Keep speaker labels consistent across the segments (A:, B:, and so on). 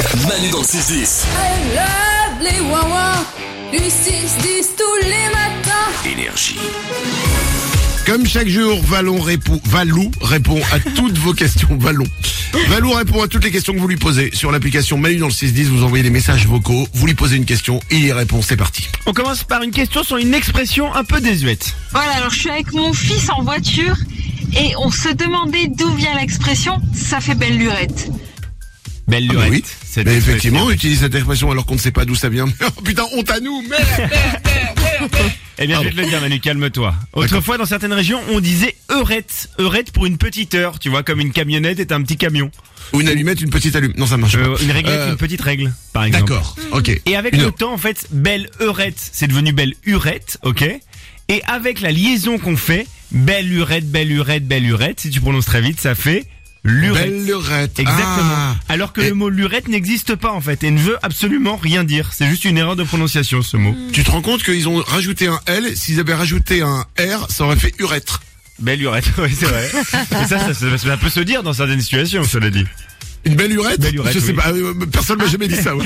A: Manu dans le 6-10.
B: I love les wawa du 6-10 tous les matins.
A: Énergie.
C: Comme chaque jour, Valon répond, Valou répond à toutes vos questions. Valon. Valou répond à toutes les questions que vous lui posez. Sur l'application Manu dans le 610, vous envoyez des messages vocaux, vous lui posez une question, il y répond, c'est parti.
D: On commence par une question sur une expression un peu désuète.
E: Voilà, alors je suis avec mon fils en voiture et on se demandait d'où vient l'expression ça fait belle lurette.
D: Belle
C: Ah bah
D: lurette.
C: oui.
D: cette
C: Mais
D: expression.
C: effectivement, on utilise cette expression alors qu'on ne sait pas d'où ça vient. Oh putain, honte à nous, merde
D: Eh bien, je vais te le dire, Manu, calme-toi. Autrefois, dans certaines régions, on disait heurette. Heurette pour une petite heure, tu vois, comme une camionnette est un petit camion.
C: Ou une allumette, une petite allume. Non, ça marche
D: Euh,
C: pas.
D: une réglette,
C: Euh,
D: une petite règle, par exemple. Mm.
C: D'accord, ok.
D: Et avec
C: Une
D: le
C: heure.
D: temps, en fait, belle heurette, c'est devenu belle hurette, ok Et avec la liaison qu'on fait, belle hurette, belle hurette, belle hurette, si tu prononces très vite, ça fait lurette.
C: Belle lurette.
D: Exactement.
C: Ah.
D: Alors que
C: Et-
D: le mot lurette n'existe pas, en fait, et ne veut absolument rien dire. C'est juste une erreur de prononciation, ce mot.
C: Tu te rends compte qu'ils ont rajouté un L, s'ils avaient rajouté un R, ça aurait fait urètre.
D: Belle hurette, oui, c'est vrai. et ça, ça, ça- ça peut se dire dans certaines situations, cela dit.
C: Une belle urètre
D: Belle urètre,
C: Je sais
D: oui.
C: pas, euh, personne m'a jamais dit ça. ouais.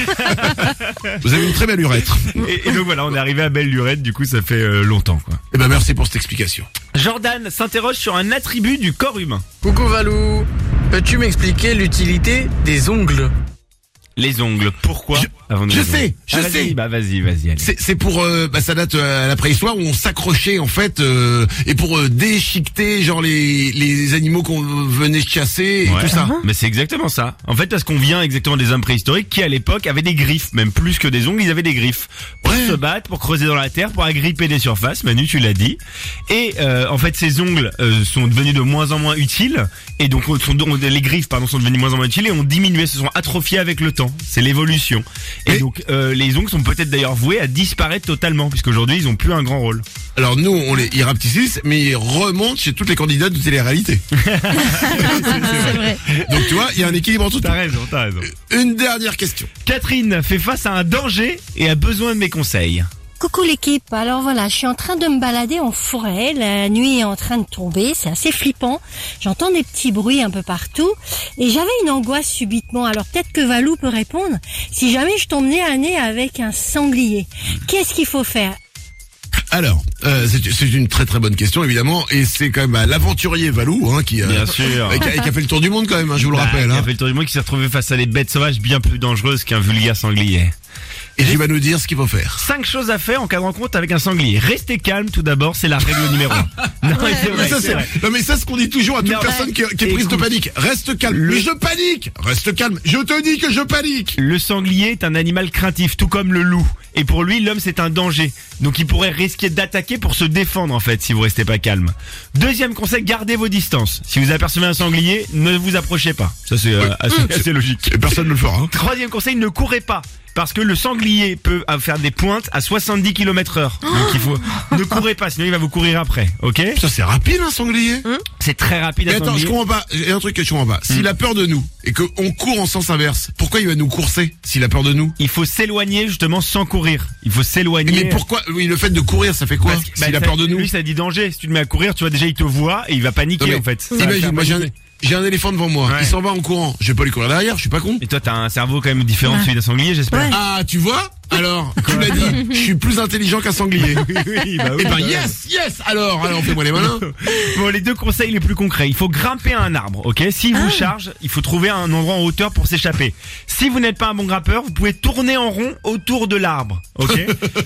C: Vous avez une très belle urètre.
D: Et, et donc voilà, on est arrivé à belle lurette, du coup, ça fait euh, longtemps, quoi.
C: Eh ben merci pour cette explication.
D: Jordan s'interroge sur un attribut du corps humain.
F: Coucou Valou, peux-tu m'expliquer l'utilité des ongles
D: Les ongles. Pourquoi
C: Je-
D: Avant de
C: je
D: les ongles.
C: sais, je
D: Ah, vas-y,
C: sais.
D: Bah vas-y, vas-y. allez.
C: C'est c'est pour euh, bah, ça date euh, à la préhistoire où on s'accrochait en fait euh, et pour euh, déchiqueter genre les les animaux qu'on venait chasser et
D: Ouais.
C: tout ça.
D: Mais c'est exactement ça. En fait, parce qu'on vient exactement des hommes préhistoriques qui, à l'époque, avaient des griffes, même plus que des ongles, ils avaient des griffes pour
C: Ouais.
D: se battre, pour creuser dans la terre, pour agripper des surfaces. Manu, tu l'as dit. Et euh, en fait, ces ongles euh, sont devenus de moins en moins utiles, et donc on- sont, on- les griffes, pardon, sont devenues de moins en moins utiles et ont diminué, se sont atrophiées avec le temps. C'est l'évolution. Et
C: Mais-
D: donc, euh, les ongles sont peut-être d'ailleurs voués à disparaître totalement, puisqu'aujourd'hui, ils ont plus un grand rôle.
C: Alors nous on les irapticissent mais ils remontent chez toutes les candidates de télé-réalité. Donc tu vois il y a un équilibre entre tout.
D: T'as raison, t'as raison.
C: Une dernière question.
D: Euh, Catherine fait face à un danger et a besoin de mes conseils.
G: Coucou l'équipe, alors voilà, je suis en train de me balader en forêt, la nuit est en train de tomber, c'est assez flippant, j'entends des petits bruits un peu partout, et j'avais une angoisse subitement, alors peut-être que Valou peut répondre, si jamais je tombe nez à nez avec un sanglier, qu'est-ce qu'il faut faire
C: Alors euh, c'est c'est une très très bonne question évidemment et c'est quand même à l'aventurier Valou hein, qui, euh,
D: Bien sûr.
C: et qui a, et qui a fait le tour du monde quand même hein, je vous le
D: Bah,
C: rappelle.
D: Il y
C: hein.
D: avait le tour du monde qui s'est retrouvé face à des bêtes sauvages bien plus dangereuses qu'un vulgaire sanglier.
C: Et qui va nous dire ce qu'il faut faire.
D: Cinq choses à faire en cas de rencontre avec un sanglier. Restez calme tout d'abord, c'est la règle numéro un. Non, mais c'est vrai.
C: Mais ça,
D: c'est vrai.
C: c'est, non, mais ça, c'est ce qu'on dit toujours à toute
D: Non,
C: personne
D: ouais.
C: qui, qui est prise de
D: Écoute.
C: panique. Reste calme.
D: Le-
C: Mais je panique. Reste calme. Je te dis que je panique.
D: Le sanglier est un animal craintif, tout comme le loup. Et pour lui, l'homme, c'est un danger. Donc il pourrait risquer d'attaquer pour se défendre, en fait, si vous restez pas calme. Deuxième conseil, gardez vos distances. Si vous apercevez un sanglier, ne vous approchez pas. Ça, c'est euh, assez- assez logique.
C: Et personne ne le fera. hein.
D: Troisième conseil, ne courez pas. Parce que le sanglier peut euh, faire des pointes à 70 km heure.
C: Oh
D: Donc il faut, ne courez pas, sinon il va vous courir après. Ok?
C: Ça, c'est rapide, un sanglier.
D: C'est très rapide
C: Mais
D: à
C: attends, je comprends pas. Il y a un truc que je comprends pas.
D: Hum.
C: S'il a peur de nous et qu'on court en sens inverse, pourquoi il va nous courser s'il a peur de nous?
D: Il faut s'éloigner justement sans courir. Il faut s'éloigner.
C: Mais pourquoi, oui, le fait de courir, ça fait quoi?
D: Parce que-
C: S'il
D: bah,
C: a
D: ça-
C: peur de nous?
D: Lui, ça dit danger. Si tu te mets à courir, tu vois, déjà, il te voit et il va paniquer,
C: Non, mais
D: en fait. Ça va
C: Imagine,
D: faire
C: moi, j'ai un,
D: paniquer.
C: j'ai un éléphant devant moi.
D: Ouais.
C: Il s'en va en courant. Je vais pas lui courir derrière, je suis pas con.
D: Et toi, t'as un cerveau quand même différent de celui d'un sanglier, j'espère.
C: Ah, tu vois? Alors, tu l'as dit, je suis plus intelligent qu'un sanglier.
D: oui, bah
C: Eh ben, yes, yes! Alors, alors, fais-moi les malins.
D: Bon, les deux conseils les plus concrets. Il faut grimper à un arbre, ok S'il vous charge, il faut trouver un endroit en hauteur pour s'échapper. Si vous n'êtes pas un bon grimpeur, vous pouvez tourner en rond autour de l'arbre, ok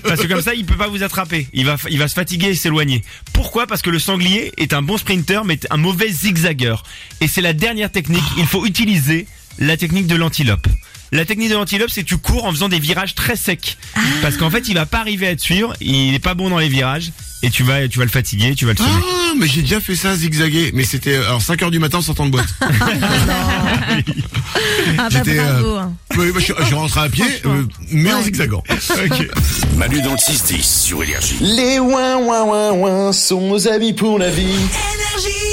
D: Parce que comme ça, il peut pas vous attraper. Il va, il va se fatiguer et s'éloigner. Pourquoi Parce que le sanglier est un bon sprinter, mais un mauvais zigzagueur. Et c'est la dernière technique. Il faut utiliser la technique de l'antilope. La technique de l'antilope, c'est que tu cours en faisant des virages très secs. Parce qu'en fait, il va pas arriver à te suivre, il est pas bon dans les virages, et tu vas, tu vas le fatiguer, tu vas le sauver.
C: Ah, mais j'ai déjà fait ça zigzaguer. Mais c'était euh, alors 5 heures du matin en sortant de boîte.
H: Ah bah
C: J'étais, euh,
H: bravo. hein.
C: Oui, bah, je, suis- je suis rentré à pied, euh, mais en zigzagant.
A: Manu dans le 6-10 sur Énergie.
I: Les ouin ouin ouin ouin sont nos amis pour la vie.
B: Énergie.